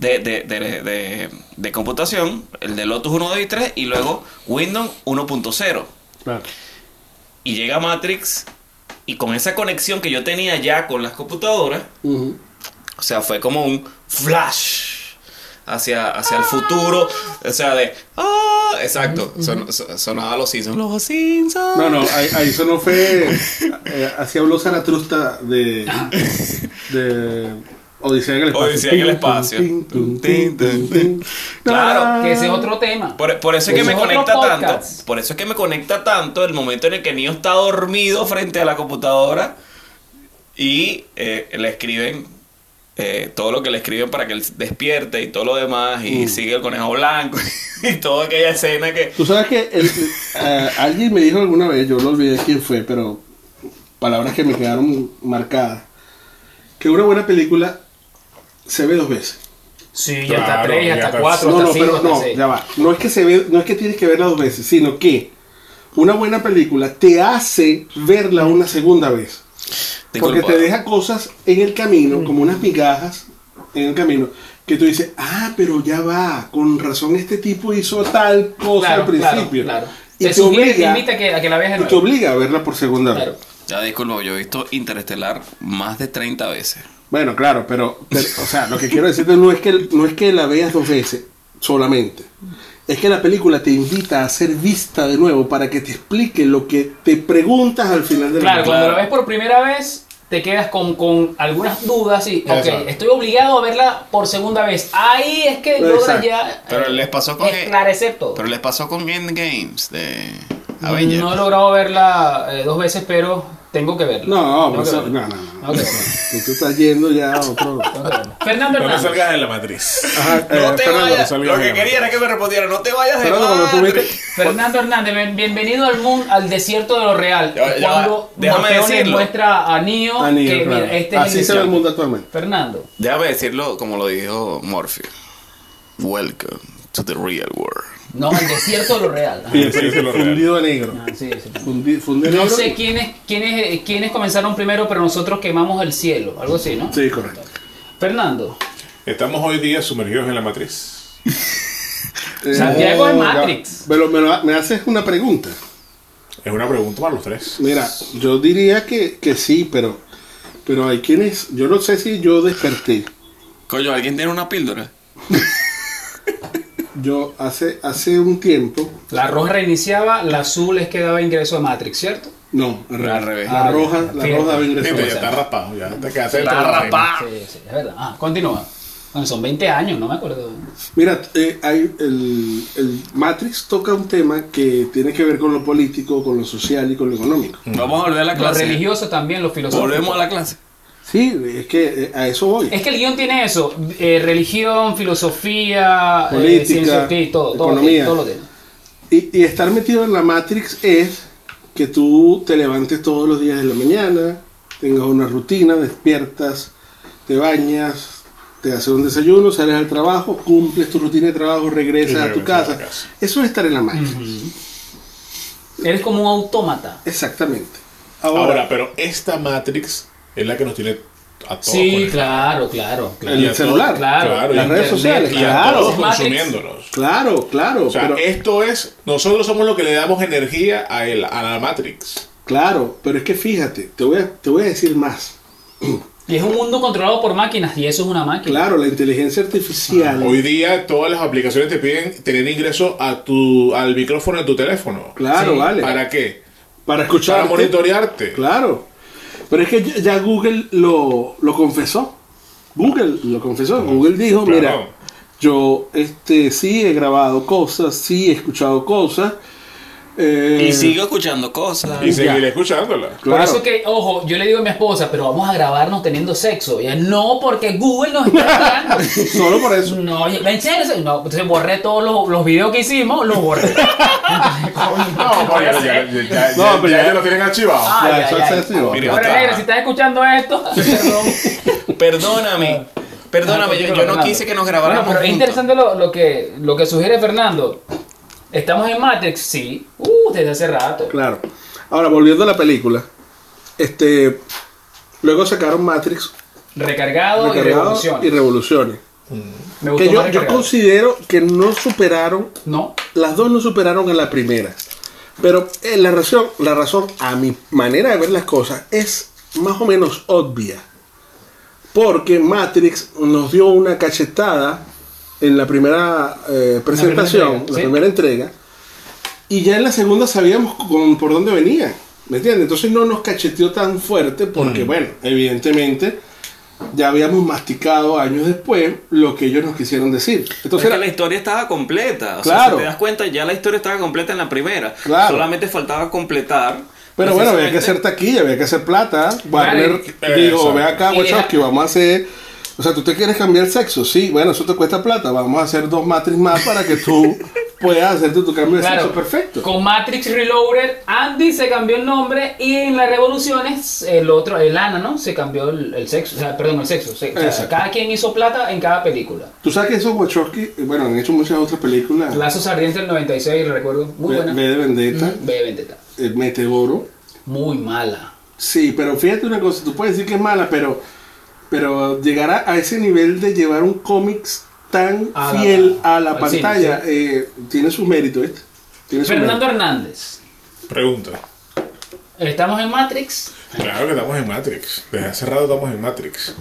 [SPEAKER 3] de, de, de- de- de computación, el de Lotus 1, 2 y 3, y luego Windows 1.0.
[SPEAKER 5] Claro.
[SPEAKER 3] Y llega Matrix, y con esa conexión que yo tenía ya con las computadoras,
[SPEAKER 5] Ujú.
[SPEAKER 3] o sea, fue como un flash hacia, hacia el futuro. O sea, de. ¡Ah! Exacto. son- son- sonaba los Simpsons. Los Simpsons.
[SPEAKER 5] No, no, ahí, ahí eso no fue. eh, así habló Zaratrusta de. de Odisea en el espacio.
[SPEAKER 3] Odisea en el espacio.
[SPEAKER 5] Tin, tun, tin, tun, tin, tin.
[SPEAKER 3] Claro,
[SPEAKER 4] que ese es otro tema.
[SPEAKER 3] Por, por eso es que
[SPEAKER 4] Ese
[SPEAKER 3] me
[SPEAKER 4] es otro
[SPEAKER 3] conecta tanto.
[SPEAKER 4] podcast.
[SPEAKER 3] Por eso es que me conecta tanto el momento en el que Neo está dormido frente a la computadora y eh, le escriben eh, todo lo que le escriben para que él despierte y todo lo demás
[SPEAKER 5] Mm.
[SPEAKER 3] y sigue el conejo blanco y toda aquella escena que
[SPEAKER 5] Tú sabes que el- eh, alguien me dijo alguna vez, yo lo olvidé quién fue, pero palabras que me quedaron marcadas, que una buena película se ve dos veces.
[SPEAKER 4] Sí, ya está
[SPEAKER 2] Claro,
[SPEAKER 4] tres, ya
[SPEAKER 2] ya
[SPEAKER 4] está
[SPEAKER 2] está-
[SPEAKER 4] cuatro,
[SPEAKER 5] No,
[SPEAKER 4] hasta
[SPEAKER 5] no,
[SPEAKER 4] cinco,
[SPEAKER 5] pero
[SPEAKER 4] hasta
[SPEAKER 5] no,
[SPEAKER 4] seis.
[SPEAKER 5] ya va. No es que se ve, no es que tienes que verla dos veces, sino que una buena película te hace verla una segunda vez.
[SPEAKER 3] Disculpa.
[SPEAKER 5] Porque te deja cosas en el camino, como unas migajas en el camino, que tú dices, ah, pero ya va, con razón este tipo hizo tal cosa
[SPEAKER 4] Claro,
[SPEAKER 5] al principio.
[SPEAKER 4] claro, claro.
[SPEAKER 5] Y
[SPEAKER 4] Te
[SPEAKER 5] te,
[SPEAKER 4] sugiere, te
[SPEAKER 5] obliga,
[SPEAKER 4] invita a que, a que la veas de
[SPEAKER 5] y te
[SPEAKER 4] nuevo.
[SPEAKER 5] obliga a verla por segunda
[SPEAKER 4] Claro.
[SPEAKER 5] vez.
[SPEAKER 3] ya disculpa, yo he visto Interestelar más de 30 veces.
[SPEAKER 5] Bueno, claro, pero, pero, o sea, lo que quiero decirte no es que no es que la veas dos veces solamente. Es que la película te invita a ser vista de nuevo para que te explique lo que te preguntas al final de la
[SPEAKER 4] Claro,
[SPEAKER 5] película.
[SPEAKER 4] cuando la ves por primera vez, te quedas con, con algunas dudas y, ok,
[SPEAKER 2] Exacto.
[SPEAKER 4] estoy obligado a verla por segunda vez. Ahí es que logras
[SPEAKER 5] Exacto.
[SPEAKER 4] ya
[SPEAKER 3] Pero
[SPEAKER 4] eh,
[SPEAKER 3] les pasó con
[SPEAKER 4] esclarecer todo.
[SPEAKER 3] Pero les pasó con Endgames de Avengers.
[SPEAKER 5] Eh,
[SPEAKER 4] No he logrado verla eh, dos veces, pero tengo que verla.
[SPEAKER 5] No,
[SPEAKER 4] Tengo
[SPEAKER 5] pues,
[SPEAKER 4] que
[SPEAKER 5] no,
[SPEAKER 4] verla.
[SPEAKER 5] no, no, no.
[SPEAKER 4] Ok.
[SPEAKER 5] Tú te estás yendo ya a otro.
[SPEAKER 4] Tengo que verla. Fernando
[SPEAKER 2] No te
[SPEAKER 4] Hernández.
[SPEAKER 2] salgas de la matriz.
[SPEAKER 5] Ajá, eh,
[SPEAKER 3] No te
[SPEAKER 5] Fernando,
[SPEAKER 3] vayas.
[SPEAKER 2] salgas
[SPEAKER 3] Lo
[SPEAKER 2] de
[SPEAKER 3] que
[SPEAKER 2] la
[SPEAKER 3] quería era que me respondiera, no te vayas de
[SPEAKER 5] Fernando, cuando tú
[SPEAKER 3] madre.
[SPEAKER 5] viste-
[SPEAKER 4] Fernando Hernández, bien- bienvenido al mundo, al desierto de lo real.
[SPEAKER 3] Ya, ya,
[SPEAKER 4] cuando
[SPEAKER 3] déjame
[SPEAKER 4] Morfeo le
[SPEAKER 3] decirlo.
[SPEAKER 4] muestra a Neo,
[SPEAKER 5] Ah, ni-
[SPEAKER 4] que
[SPEAKER 5] claro.
[SPEAKER 4] mira, este es el
[SPEAKER 5] Así se ve el
[SPEAKER 4] desierto.
[SPEAKER 5] mundo actualmente.
[SPEAKER 4] Fernando.
[SPEAKER 3] Déjame decirlo como lo dijo Morpheus. Welcome to the real world.
[SPEAKER 4] No, el desierto de lo real.
[SPEAKER 5] Y
[SPEAKER 2] Sí, sí, lo real.
[SPEAKER 5] fundido a negro.
[SPEAKER 4] Ah, sí, sí.
[SPEAKER 5] Fundi- fundido a
[SPEAKER 4] No
[SPEAKER 5] negro.
[SPEAKER 4] sé quiénes, quiénes, eh, quiénes comenzaron primero, pero nosotros quemamos el cielo, algo así, ¿no?
[SPEAKER 5] Sí, correcto.
[SPEAKER 4] Fernando,
[SPEAKER 2] Estamos hoy día sumergidos en la matriz.
[SPEAKER 4] Santiago de
[SPEAKER 5] de
[SPEAKER 4] Matrix.
[SPEAKER 5] Eh, Pero me, lo- me haces una pregunta.
[SPEAKER 2] Es una pregunta para los tres.
[SPEAKER 5] Mira, yo diría que, que sí, pero, pero hay quienes. Yo no sé si yo desperté.
[SPEAKER 3] Coño, ¿alguien tiene una píldora?
[SPEAKER 5] Yo hace, hace un tiempo.
[SPEAKER 4] la roja reiniciaba, la azul es que daba ingreso a Matrix, ¿cierto?
[SPEAKER 5] No, al
[SPEAKER 3] Al
[SPEAKER 5] revés.
[SPEAKER 3] revés.
[SPEAKER 5] La
[SPEAKER 4] Ah,
[SPEAKER 5] roja, la
[SPEAKER 4] fíjate.
[SPEAKER 5] roja daba ingreso.
[SPEAKER 2] Gente, ya está raspado, ya te
[SPEAKER 3] Está
[SPEAKER 2] quedaste dentro de la vaina.
[SPEAKER 3] rapado. Ah.
[SPEAKER 4] Sí, sí, es verdad. Ah, continúa. Bueno, son 20 años, no me acuerdo.
[SPEAKER 5] Mira, eh, hay el, el Matrix toca un tema que tiene que ver con lo político, con lo social y con lo económico.
[SPEAKER 3] Vamos a volver
[SPEAKER 5] Ah,
[SPEAKER 3] a la
[SPEAKER 4] Los
[SPEAKER 3] clase.
[SPEAKER 4] religiosos también, los filosóficos.
[SPEAKER 3] Volvemos a la clase.
[SPEAKER 5] Sí, es que eh, a eso voy.
[SPEAKER 4] Es que el guión tiene eso: eh, religión, filosofía, eh,
[SPEAKER 5] Política,
[SPEAKER 4] ciencia, sí, todo, todo,
[SPEAKER 5] economía.
[SPEAKER 4] todo lo tiene.
[SPEAKER 5] Y, y estar metido en la Matrix es que tú te levantes todos los días de la mañana, tengas una rutina, despiertas, te bañas, te haces un desayuno, sales al trabajo, cumples tu rutina de trabajo,
[SPEAKER 2] Y
[SPEAKER 5] regresas a tu
[SPEAKER 2] regresas a
[SPEAKER 5] casa.
[SPEAKER 2] la casa.
[SPEAKER 5] Eso es estar en la Matrix.
[SPEAKER 4] Eres como un autómata.
[SPEAKER 5] Exactamente.
[SPEAKER 2] Ahora,
[SPEAKER 5] Ahora,
[SPEAKER 2] pero esta Matrix es la que nos tiene a todos.
[SPEAKER 4] Sí, claro,
[SPEAKER 2] conectados.
[SPEAKER 4] claro, claro.
[SPEAKER 5] el
[SPEAKER 2] y a
[SPEAKER 5] celular,
[SPEAKER 2] todo-
[SPEAKER 4] claro,
[SPEAKER 2] claro,
[SPEAKER 5] las
[SPEAKER 2] y-
[SPEAKER 5] redes
[SPEAKER 4] internet,
[SPEAKER 5] sociales,
[SPEAKER 2] Y a todos
[SPEAKER 5] claro,
[SPEAKER 4] Matrix.
[SPEAKER 2] consumiéndonos.
[SPEAKER 5] claro, claro,
[SPEAKER 2] O sea,
[SPEAKER 5] pero,
[SPEAKER 2] esto es. Nosotros somos los que le damos energía a, el, a la Matrix.
[SPEAKER 5] claro, pero es que fíjate, te voy a, te voy a decir más.
[SPEAKER 4] Y es un mundo controlado por máquinas, y eso es una máquina.
[SPEAKER 5] Claro, la inteligencia artificial,
[SPEAKER 2] Hoy día todas las aplicaciones te piden tener ingreso a tu, al micrófono de tu teléfono.
[SPEAKER 5] claro,
[SPEAKER 4] Sí,
[SPEAKER 5] vale,
[SPEAKER 2] ¿Para qué?
[SPEAKER 5] para
[SPEAKER 2] Para
[SPEAKER 5] escuchar,
[SPEAKER 2] monitorearte.
[SPEAKER 5] Claro. Pero es que ya- ya Google lo, lo confesó. Google lo confesó. Google dijo,
[SPEAKER 2] Claro.
[SPEAKER 5] mira, yo este sí he grabado cosas, sí he escuchado cosas. eh,
[SPEAKER 3] Y sigo escuchando cosas.
[SPEAKER 2] Y
[SPEAKER 5] se-
[SPEAKER 2] seguir escuchándola.
[SPEAKER 5] claro.
[SPEAKER 4] Por eso que, ojo, yo le digo a mi esposa, pero vamos a grabarnos teniendo sexo. Y ella, no, porque Google nos está espiando".
[SPEAKER 5] Solo por eso.
[SPEAKER 4] No, yo, en serio, no, entonces borré todos los, los videos que hicimos, los borré. Entonces, coño,
[SPEAKER 2] No,
[SPEAKER 4] voy a
[SPEAKER 2] ya, ya,
[SPEAKER 4] hacer?
[SPEAKER 2] ya, ya,
[SPEAKER 5] No, pero
[SPEAKER 2] ya
[SPEAKER 5] ya-
[SPEAKER 2] lo tienen archivado.
[SPEAKER 4] Ah,
[SPEAKER 5] Ya,
[SPEAKER 4] ya,
[SPEAKER 5] eso
[SPEAKER 4] ya,
[SPEAKER 5] es
[SPEAKER 4] ya.
[SPEAKER 5] así, ¿no?
[SPEAKER 4] Pero, negra, si estás escuchando esto, perdón.
[SPEAKER 3] Perdóname. Perdóname, yo, yo Ah, no quise que nos grabáramos
[SPEAKER 4] Bueno, pero es
[SPEAKER 3] juntos.
[SPEAKER 4] interesante lo, lo que, lo que sugiere Fernando. ¿Estamos en Matrix? Sí. Uh, desde hace rato.
[SPEAKER 5] Claro. Ahora, volviendo a la película. Este. Luego sacaron Matrix
[SPEAKER 4] Recargado, y
[SPEAKER 5] recargado
[SPEAKER 4] revolución.
[SPEAKER 5] y revoluciones.
[SPEAKER 4] Me
[SPEAKER 5] Que
[SPEAKER 4] gustó
[SPEAKER 5] yo,
[SPEAKER 4] más
[SPEAKER 5] yo
[SPEAKER 4] recargado.
[SPEAKER 5] considero que no superaron.
[SPEAKER 4] No.
[SPEAKER 5] Las dos no superaron a la primera. Pero eh, la, razón, la razón, a mi manera de ver las cosas, es más o menos obvia. Porque Matrix nos dio una cachetada en la primera eh, presentación,
[SPEAKER 4] entrega,
[SPEAKER 5] la
[SPEAKER 4] sí.
[SPEAKER 5] primera entrega, y ya en la segunda sabíamos con- por dónde venía. ¿Me entiendes? Entonces no nos cacheteó tan fuerte porque, bueno, evidentemente ya habíamos masticado años después lo que ellos nos quisieron decir. Entonces
[SPEAKER 6] Entonces
[SPEAKER 5] era-
[SPEAKER 6] la historia estaba completa. O sea,
[SPEAKER 5] Claro.
[SPEAKER 6] si te das cuenta, ya la historia estaba completa en la primera.
[SPEAKER 5] Claro.
[SPEAKER 6] Solamente faltaba completar.
[SPEAKER 5] Pero bueno, había que hacer
[SPEAKER 6] precisamente-
[SPEAKER 5] taquilla, había que hacer plata.
[SPEAKER 4] Claro,
[SPEAKER 5] Warner
[SPEAKER 2] y-
[SPEAKER 5] digo,
[SPEAKER 2] Exacto.
[SPEAKER 5] ve acá,
[SPEAKER 4] Y
[SPEAKER 5] Wachowski,
[SPEAKER 4] deja-
[SPEAKER 5] vamos a hacer. O sea, tú te quieres cambiar el sexo, sí, bueno, eso te cuesta plata. Vamos a hacer dos matriz más para que tú puedas hacerte tu cambio de
[SPEAKER 4] Claro,
[SPEAKER 5] sexo perfecto.
[SPEAKER 4] Con Matrix Reloaded, Andy se cambió el nombre y en las revoluciones, el otro, el Ana, ¿no? Se cambió el, el sexo, o sea, perdón, el sexo. se- o sea,
[SPEAKER 5] Exacto.
[SPEAKER 4] cada quien hizo plata en cada película.
[SPEAKER 5] Tú sabes que esos Wachowski, eh, bueno, han hecho muchas otras películas.
[SPEAKER 4] Lazos Ardientes del 96, recuerdo, muy
[SPEAKER 5] Ve-
[SPEAKER 4] buena.
[SPEAKER 5] Ve de Vendetta,
[SPEAKER 4] Ujú, Ve de Vendetta.
[SPEAKER 5] el Meteoro.
[SPEAKER 4] Muy mala.
[SPEAKER 5] Sí, pero fíjate una cosa, tú puedes decir que es mala, pero, pero llegar a, a ese nivel de llevar un cómics tan
[SPEAKER 4] A la-
[SPEAKER 5] fiel a la
[SPEAKER 4] al cine,
[SPEAKER 5] pantalla, eh, tiene su mérito, ¿eh? Tiene su mérito.
[SPEAKER 4] Fernando Hernández,
[SPEAKER 2] Pregunta.
[SPEAKER 4] ¿estamos en Matrix?
[SPEAKER 2] Claro que estamos en Matrix. Desde hace rato estamos en Matrix.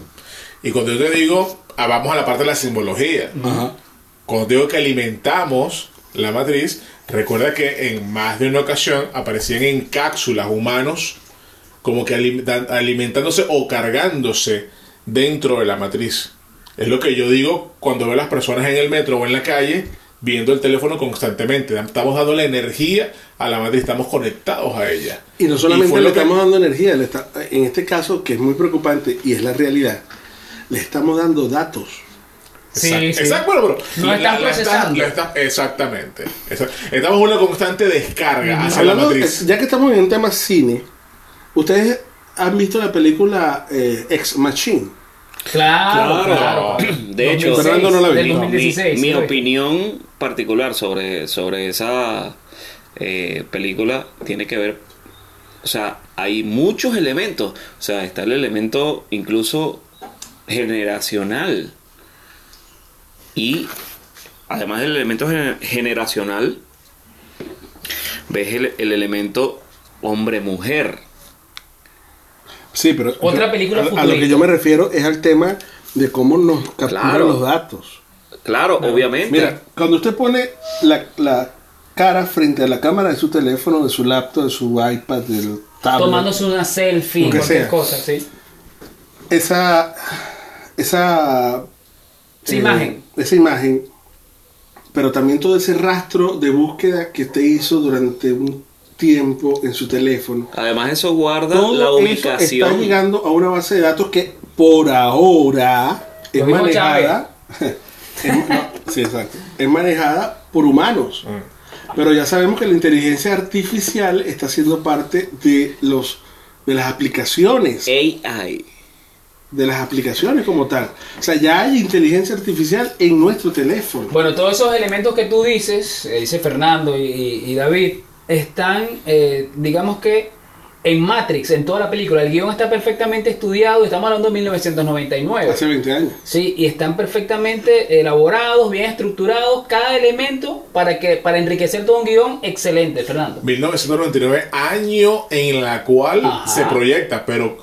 [SPEAKER 2] Y cuando yo te digo, ah, vamos a la parte de la simbología. Cuando te digo que alimentamos la matriz, recuerda que en más de una ocasión aparecían en cápsulas humanos como que alimentan- alimentándose o cargándose dentro de la matriz. Es lo que yo digo cuando veo a las personas en el metro o en la calle viendo el teléfono constantemente. Estamos dando la energía a la matriz, estamos conectados a ella.
[SPEAKER 5] Y no solamente
[SPEAKER 2] fue
[SPEAKER 5] le
[SPEAKER 2] lo que-
[SPEAKER 5] estamos dando energía, le está- en este caso, que es muy preocupante y es la realidad, le estamos dando datos.
[SPEAKER 2] Exacto, exacto, bueno, pero
[SPEAKER 4] No
[SPEAKER 2] la-
[SPEAKER 4] estás
[SPEAKER 2] la- la estás-
[SPEAKER 4] procesando.
[SPEAKER 2] la estás- exactamente. Exact- Estamos en una constante descarga hacia la
[SPEAKER 5] Hablando- eh,
[SPEAKER 2] matriz.
[SPEAKER 5] ya que estamos en un tema cine, ustedes han visto la película eh, Ex Machine.
[SPEAKER 4] Claro, claro.
[SPEAKER 6] Claro. De hecho,
[SPEAKER 4] 2006,
[SPEAKER 5] Fernando no la vi.
[SPEAKER 4] Del
[SPEAKER 5] No,
[SPEAKER 6] mi-
[SPEAKER 4] 2016.
[SPEAKER 6] mi,
[SPEAKER 4] creo que.
[SPEAKER 6] opinión particular sobre, sobre esa eh, película tiene que ver, o sea, hay muchos elementos, o sea, está el elemento incluso generacional y además del elemento gener- generacional, ves el, el elemento hombre-mujer.
[SPEAKER 5] Sí, pero
[SPEAKER 4] Otra película
[SPEAKER 5] a, a lo
[SPEAKER 4] futurista.
[SPEAKER 5] que yo me refiero es al tema de cómo nos capturan
[SPEAKER 6] Claro.
[SPEAKER 5] los datos.
[SPEAKER 6] Claro, obviamente.
[SPEAKER 5] Mira, cuando usted pone la, la cara frente a la cámara de su teléfono, de su laptop, de su iPad, del tablet,
[SPEAKER 4] Tomándose una selfie,
[SPEAKER 5] Lo que
[SPEAKER 4] cualquier
[SPEAKER 5] sea.
[SPEAKER 4] cosa, ¿sí?
[SPEAKER 5] esa esa eh,
[SPEAKER 4] Esa imagen.
[SPEAKER 5] esa imagen pero también todo ese rastro de búsqueda que te hizo durante un tiempo en su teléfono
[SPEAKER 6] Además eso guarda
[SPEAKER 5] todo
[SPEAKER 6] la
[SPEAKER 5] eso está
[SPEAKER 6] ubicación.
[SPEAKER 5] llegando a una base de datos que por ahora es
[SPEAKER 4] Lo dijo
[SPEAKER 5] manejada es, ma- no, sí, exacto. es manejada por humanos
[SPEAKER 4] Mm.
[SPEAKER 5] pero ya sabemos que la inteligencia artificial está siendo parte de los de las aplicaciones
[SPEAKER 6] AI.
[SPEAKER 5] de las aplicaciones como tal. O sea, ya hay inteligencia artificial en nuestro teléfono.
[SPEAKER 4] Bueno, todos esos elementos que tú dices, eh, dice Fernando y, y David, están, eh, digamos que, en Matrix, en toda la película. El guión está perfectamente estudiado, y estamos hablando de 1999.
[SPEAKER 5] Hace 20 años.
[SPEAKER 4] Sí, y están perfectamente elaborados, bien estructurados, cada elemento para que para enriquecer todo un guión excelente, Fernando.
[SPEAKER 2] 1999, año en la cual
[SPEAKER 4] Ajá.
[SPEAKER 2] se proyecta, pero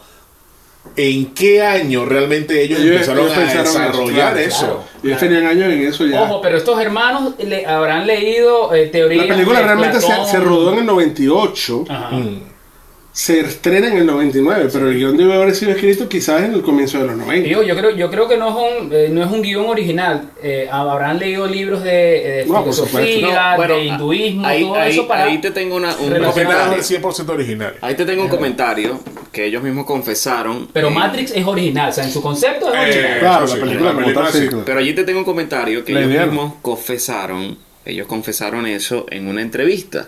[SPEAKER 2] ¿en qué año realmente ellos,
[SPEAKER 5] Ellos-
[SPEAKER 2] empezaron
[SPEAKER 5] ellos
[SPEAKER 2] a
[SPEAKER 5] pensaron eso,
[SPEAKER 2] desarrollar
[SPEAKER 5] claro,
[SPEAKER 2] eso?
[SPEAKER 4] claro.
[SPEAKER 5] Ellos tenían años en eso ya.
[SPEAKER 4] Ojo, pero estos hermanos le habrán leído eh, teorías.
[SPEAKER 5] la película
[SPEAKER 4] de
[SPEAKER 5] realmente se,
[SPEAKER 4] Platón.
[SPEAKER 5] se rodó en el 98,
[SPEAKER 2] Ah.
[SPEAKER 4] Ajá.
[SPEAKER 2] Mm.
[SPEAKER 5] se estrena en el 99, pero el guión debe haber sido escrito quizás en el comienzo de los 90.
[SPEAKER 4] Digo, yo creo, yo creo que no es un, eh, no es un guión original. Eh, habrán leído libros de, eh, de
[SPEAKER 5] No, por supuesto.
[SPEAKER 4] filosofía,
[SPEAKER 6] No, bueno, ah,
[SPEAKER 4] de hinduismo,
[SPEAKER 6] ahí,
[SPEAKER 4] todo
[SPEAKER 6] ahí-
[SPEAKER 4] eso para.
[SPEAKER 6] ahí te tengo una- un
[SPEAKER 4] relacionar.
[SPEAKER 2] Copenhague
[SPEAKER 6] comentario.
[SPEAKER 2] 100% original.
[SPEAKER 6] Ahí te tengo un comentario que ellos mismos confesaron.
[SPEAKER 4] Pero
[SPEAKER 6] Eh,
[SPEAKER 4] Matrix es original, o sea, en su concepto es
[SPEAKER 2] Eh,
[SPEAKER 4] original.
[SPEAKER 5] Ah, Claro,
[SPEAKER 2] Sí,
[SPEAKER 5] la
[SPEAKER 2] sí,
[SPEAKER 5] película
[SPEAKER 2] la
[SPEAKER 5] como
[SPEAKER 2] película
[SPEAKER 5] tal,
[SPEAKER 2] sí.
[SPEAKER 5] sí, claro.
[SPEAKER 6] Pero allí te tengo un comentario que
[SPEAKER 5] La
[SPEAKER 6] ellos
[SPEAKER 5] idea, ¿no?
[SPEAKER 6] mismos confesaron. Ellos confesaron eso en una entrevista.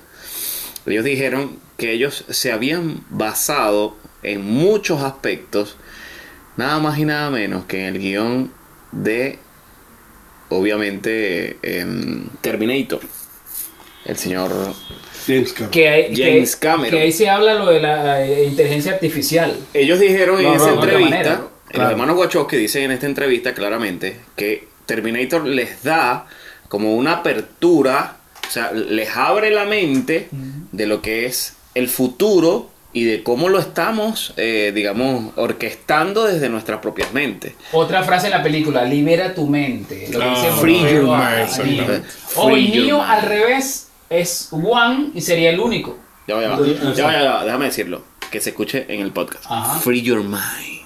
[SPEAKER 6] Ellos dijeron que ellos se habían basado en muchos aspectos, nada más y nada menos que en el guión
[SPEAKER 3] de, obviamente, em, Terminator. El señor...
[SPEAKER 5] James Cameron.
[SPEAKER 4] Que, hay- que-
[SPEAKER 3] James Cameron.
[SPEAKER 4] que ahí se habla lo de la eh, inteligencia artificial.
[SPEAKER 3] Ellos dijeron
[SPEAKER 4] No,
[SPEAKER 3] en
[SPEAKER 4] no,
[SPEAKER 3] esa
[SPEAKER 4] de otra
[SPEAKER 3] entrevista,
[SPEAKER 4] manera,
[SPEAKER 3] en
[SPEAKER 4] claro.
[SPEAKER 3] los hermanos Wachowski dicen en esta entrevista claramente que Terminator les da como una apertura, o sea, les abre la mente de lo que es el futuro y de cómo lo estamos, eh, digamos, orquestando desde nuestras propias mentes.
[SPEAKER 4] Otra frase en la película, libera tu mente. Lo que
[SPEAKER 2] Ah,
[SPEAKER 4] dice
[SPEAKER 2] free
[SPEAKER 4] Neo
[SPEAKER 2] your
[SPEAKER 4] a-
[SPEAKER 2] mind,
[SPEAKER 4] a
[SPEAKER 2] exactamente.
[SPEAKER 4] Neo.
[SPEAKER 3] Free
[SPEAKER 4] O y
[SPEAKER 3] your
[SPEAKER 4] Neo
[SPEAKER 3] mind.
[SPEAKER 4] al revés es one y sería el único.
[SPEAKER 3] Ya va, ya va, ya va, ya va, déjame decirlo, que se escuche en el podcast.
[SPEAKER 4] Ajá.
[SPEAKER 3] Free your mind.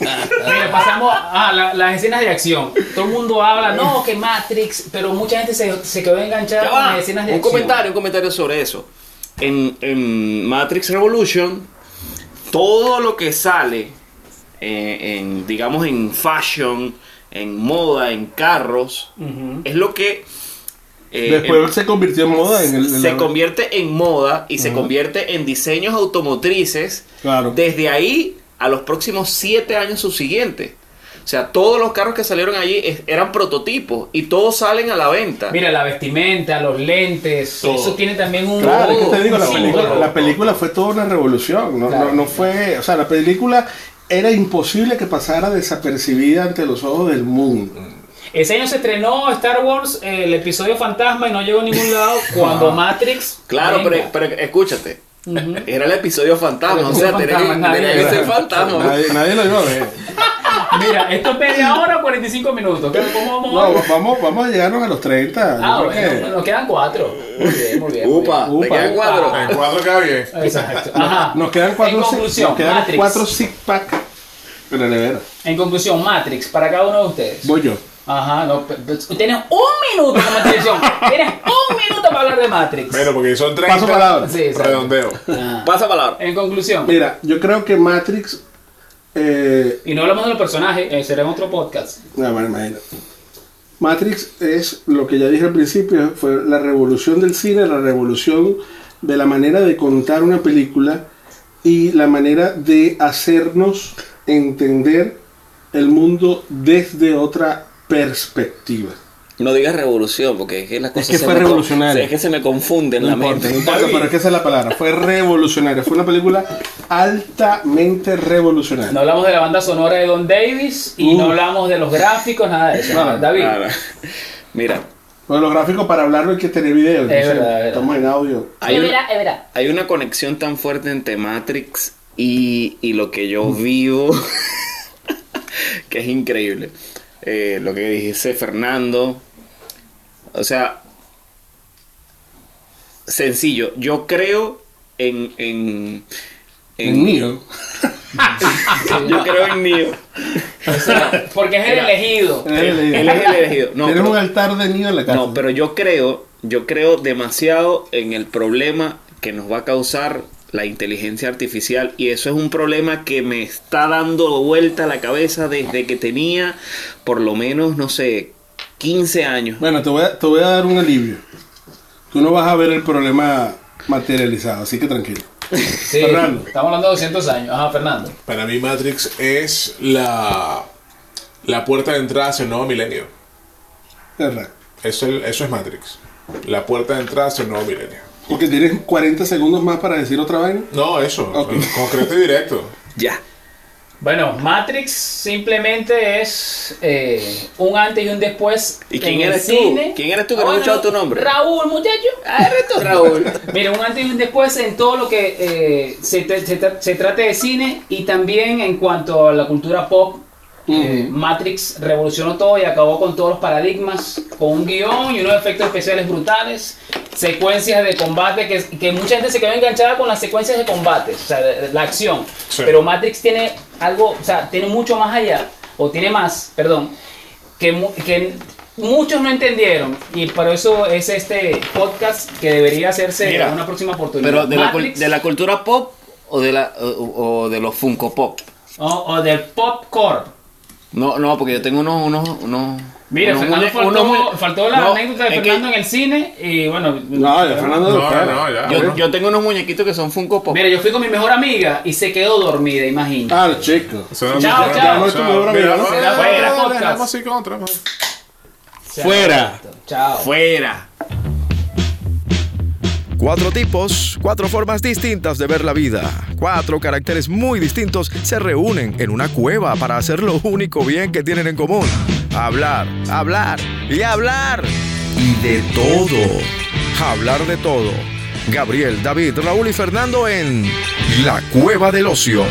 [SPEAKER 4] Mira, pasamos a la- las escenas de acción. Todo el mundo habla, no, que Matrix, pero mucha gente se, se quedó enganchada
[SPEAKER 3] Ya
[SPEAKER 4] con
[SPEAKER 3] va,
[SPEAKER 4] las escenas de
[SPEAKER 3] un
[SPEAKER 4] acción.
[SPEAKER 3] comentario, un comentario sobre eso. En, en Matrix Revolution, todo lo que sale, eh, en, digamos, en fashion, en moda, en carros,
[SPEAKER 4] Ujú.
[SPEAKER 3] es lo que... eh,
[SPEAKER 5] Después
[SPEAKER 3] em-
[SPEAKER 5] se convirtió en moda en el. en
[SPEAKER 3] se
[SPEAKER 5] la-
[SPEAKER 3] convierte en moda y se
[SPEAKER 5] Ajá.
[SPEAKER 3] convierte en diseños automotrices.
[SPEAKER 5] Claro.
[SPEAKER 3] Desde ahí a los próximos siete años subsiguientes. O sea, todos los carros que salieron allí es- eran prototipos y todos salen a la venta.
[SPEAKER 4] Mira, la vestimenta, los lentes,
[SPEAKER 2] Todo.
[SPEAKER 4] eso tiene también un...
[SPEAKER 5] Claro, es que te digo, la
[SPEAKER 4] Sí,
[SPEAKER 5] película,
[SPEAKER 4] bueno.
[SPEAKER 5] la película fue toda una revolución. No,
[SPEAKER 4] Claro.
[SPEAKER 5] no, no fue. O sea, la película era imposible que pasara desapercibida ante los ojos del mundo.
[SPEAKER 4] Ese año se estrenó Star Wars, eh, el episodio Fantasma, y no llegó a ningún lado cuando Matrix...
[SPEAKER 3] Claro, pero,
[SPEAKER 4] venga.
[SPEAKER 3] pero escúchate. Era el episodio fantasma,
[SPEAKER 4] El
[SPEAKER 3] o sea,
[SPEAKER 4] episodio
[SPEAKER 3] tenía que-
[SPEAKER 4] fantasma,
[SPEAKER 3] tenía que
[SPEAKER 4] nadie-
[SPEAKER 3] ser fantasma.
[SPEAKER 5] Nadie, nadie lo iba a ver.
[SPEAKER 4] Mira, esto es media hora o 45 minutos. ¿Qué- ¿Cómo vamos
[SPEAKER 5] No,
[SPEAKER 4] ahora?
[SPEAKER 5] va- vamos, vamos a llegarnos a los 30.
[SPEAKER 4] Ah,
[SPEAKER 5] yo creo
[SPEAKER 4] bueno,
[SPEAKER 5] que-
[SPEAKER 4] bueno, nos quedan cuatro. Muy bien, muy bien. muy
[SPEAKER 3] Upa,
[SPEAKER 5] Upa.
[SPEAKER 3] te quedan cuatro.
[SPEAKER 2] En cuatro cae bien.
[SPEAKER 4] bien. Exacto. Ajá.
[SPEAKER 5] Nos quedan cuatro,
[SPEAKER 4] Ah, en
[SPEAKER 5] six-
[SPEAKER 4] conclusión,
[SPEAKER 5] nos quedan
[SPEAKER 4] Matrix.
[SPEAKER 5] cuatro six pack en la nevera.
[SPEAKER 4] En conclusión, Matrix, para cada uno de ustedes.
[SPEAKER 5] Voy yo.
[SPEAKER 4] Ajá, no, pe- pe- tienes un minuto como televisión. tienes un minuto para hablar de Matrix.
[SPEAKER 2] Bueno, porque son 30.
[SPEAKER 5] Paso palabra.
[SPEAKER 4] Sí, exacto.
[SPEAKER 2] redondeo.
[SPEAKER 4] Ajá.
[SPEAKER 3] Pasa palabra.
[SPEAKER 4] En conclusión,
[SPEAKER 5] Mira, yo creo que Matrix. Eh,
[SPEAKER 4] y no hablamos de los personajes, eh, será en otro podcast.
[SPEAKER 5] no, Ah, bueno, imagínate. Matrix es lo que ya dije al principio, fue la revolución del cine, la revolución de la manera de contar una película y la manera de hacernos entender el mundo desde otra perspectiva.
[SPEAKER 3] No digas revolución, porque es que las cosas
[SPEAKER 5] que
[SPEAKER 3] se me
[SPEAKER 5] fue
[SPEAKER 3] con-
[SPEAKER 5] revolucionario.
[SPEAKER 3] Es que se me confunden
[SPEAKER 5] No
[SPEAKER 3] la
[SPEAKER 5] importa, no
[SPEAKER 3] mente.
[SPEAKER 5] importa, pero es que esa es la palabra. Fue revolucionaria. Fue una película altamente revolucionaria.
[SPEAKER 4] No hablamos de la banda sonora de Don Davis y
[SPEAKER 5] Uh.
[SPEAKER 4] no hablamos de los gráficos, nada de eso.
[SPEAKER 5] Claro,
[SPEAKER 4] David,
[SPEAKER 3] Claro. Mira,
[SPEAKER 5] Bueno, los gráficos para hablarlo hay que tener video. entonces,
[SPEAKER 4] verdad, es verdad.
[SPEAKER 5] Estamos en audio.
[SPEAKER 3] hay una, hay una conexión tan fuerte entre Matrix y, y lo que yo vivo, que es increíble. Eh, lo que dice Fernando. O sea, sencillo. Yo creo en. en, en-
[SPEAKER 5] mío.
[SPEAKER 3] Yo creo en Neo.
[SPEAKER 4] o sea, porque es el elegido.
[SPEAKER 3] Él es el elegido. No,
[SPEAKER 5] Tienen
[SPEAKER 3] pero-
[SPEAKER 5] un altar de niño en la casa.
[SPEAKER 3] No, pero yo creo, yo creo demasiado en el problema que nos va a causar la inteligencia artificial y eso es un problema que me está dando vuelta a la cabeza desde que tenía por lo menos, no sé, 15 años.
[SPEAKER 5] Bueno, te voy, a, te voy a dar un alivio. Tú no vas a ver el problema materializado, así que tranquilo.
[SPEAKER 4] Sí,
[SPEAKER 5] Fernando.
[SPEAKER 4] estamos hablando de 200 años. Ajá, Fernando.
[SPEAKER 2] Para mí Matrix es la, la puerta de entrada hacia el nuevo milenio.
[SPEAKER 5] Es verdad.
[SPEAKER 2] Eso es, eso es Matrix. La puerta de entrada hacia el nuevo milenio.
[SPEAKER 5] Porque tienes 40 segundos más para decir otra vaina.
[SPEAKER 2] No, eso.
[SPEAKER 5] Ok.
[SPEAKER 2] Concreto y directo.
[SPEAKER 3] Ya.
[SPEAKER 4] Bueno, Matrix simplemente es eh, un antes y un después.
[SPEAKER 3] ¿Y quién
[SPEAKER 4] en el
[SPEAKER 3] eres tú?
[SPEAKER 4] cine. Ah,
[SPEAKER 3] ¿Quién eres tú que no he
[SPEAKER 4] Bueno,
[SPEAKER 3] escuchado tu nombre?
[SPEAKER 4] Raúl, muchacho. Ah, eres tú, Raúl. Mira, un antes y un después en todo lo que eh, se, te- se tra- se trate de cine y también en cuanto a la cultura pop. eh, Matrix revolucionó todo y acabó con todos los paradigmas, con un guión y unos efectos especiales brutales, secuencias de combate que, que mucha gente se quedó enganchada con las secuencias de combate, o sea, de- de la acción.
[SPEAKER 2] Sí.
[SPEAKER 4] Pero Matrix tiene algo, o sea, tiene mucho más allá, o tiene más, perdón, que, mu- que muchos no entendieron. Y por eso es este podcast que debería hacerse
[SPEAKER 3] Mira,
[SPEAKER 4] en una próxima oportunidad.
[SPEAKER 3] Pero de la, cul-
[SPEAKER 4] Matrix
[SPEAKER 3] de la cultura pop o de, la, o, o de los Funko Pop.
[SPEAKER 4] o, o del popcorn.
[SPEAKER 6] No, no, porque yo tengo unos, unos, unos.
[SPEAKER 4] Mira,
[SPEAKER 6] unos
[SPEAKER 4] Fernando
[SPEAKER 6] mule-
[SPEAKER 4] faltó,
[SPEAKER 6] unos mule-
[SPEAKER 4] faltó la
[SPEAKER 6] No,
[SPEAKER 4] anécdota de
[SPEAKER 6] es que
[SPEAKER 4] Fernando en el cine y bueno. eh,
[SPEAKER 5] No, ya Fernando
[SPEAKER 2] No,
[SPEAKER 5] lo sabe.
[SPEAKER 2] no, ya.
[SPEAKER 6] yo, yo tengo unos muñequitos que son Funko Pop.
[SPEAKER 4] Mira, yo fui con mi mejor amiga y se quedó dormida, imagínate.
[SPEAKER 5] Ah, chico.
[SPEAKER 2] Eso no-
[SPEAKER 4] Chao,
[SPEAKER 2] no,
[SPEAKER 4] chao.
[SPEAKER 2] no,
[SPEAKER 5] No, esto me dura
[SPEAKER 2] Mira,
[SPEAKER 5] media
[SPEAKER 2] no,
[SPEAKER 5] hora.
[SPEAKER 2] no, no,
[SPEAKER 4] Fuera,
[SPEAKER 2] Ah, no,
[SPEAKER 4] podcast.
[SPEAKER 2] dejamos así con otra, man.
[SPEAKER 6] fuera.
[SPEAKER 5] Ah.
[SPEAKER 4] Chao.
[SPEAKER 6] Fuera.
[SPEAKER 1] Cuatro tipos, cuatro formas distintas de ver la vida, cuatro caracteres muy distintos se reúnen en una cueva para hacer lo único bien que tienen en común. Hablar, hablar y hablar. Y de todo. Hablar de todo. Gabriel, David, Raúl y Fernando en La Cueva del Ocio.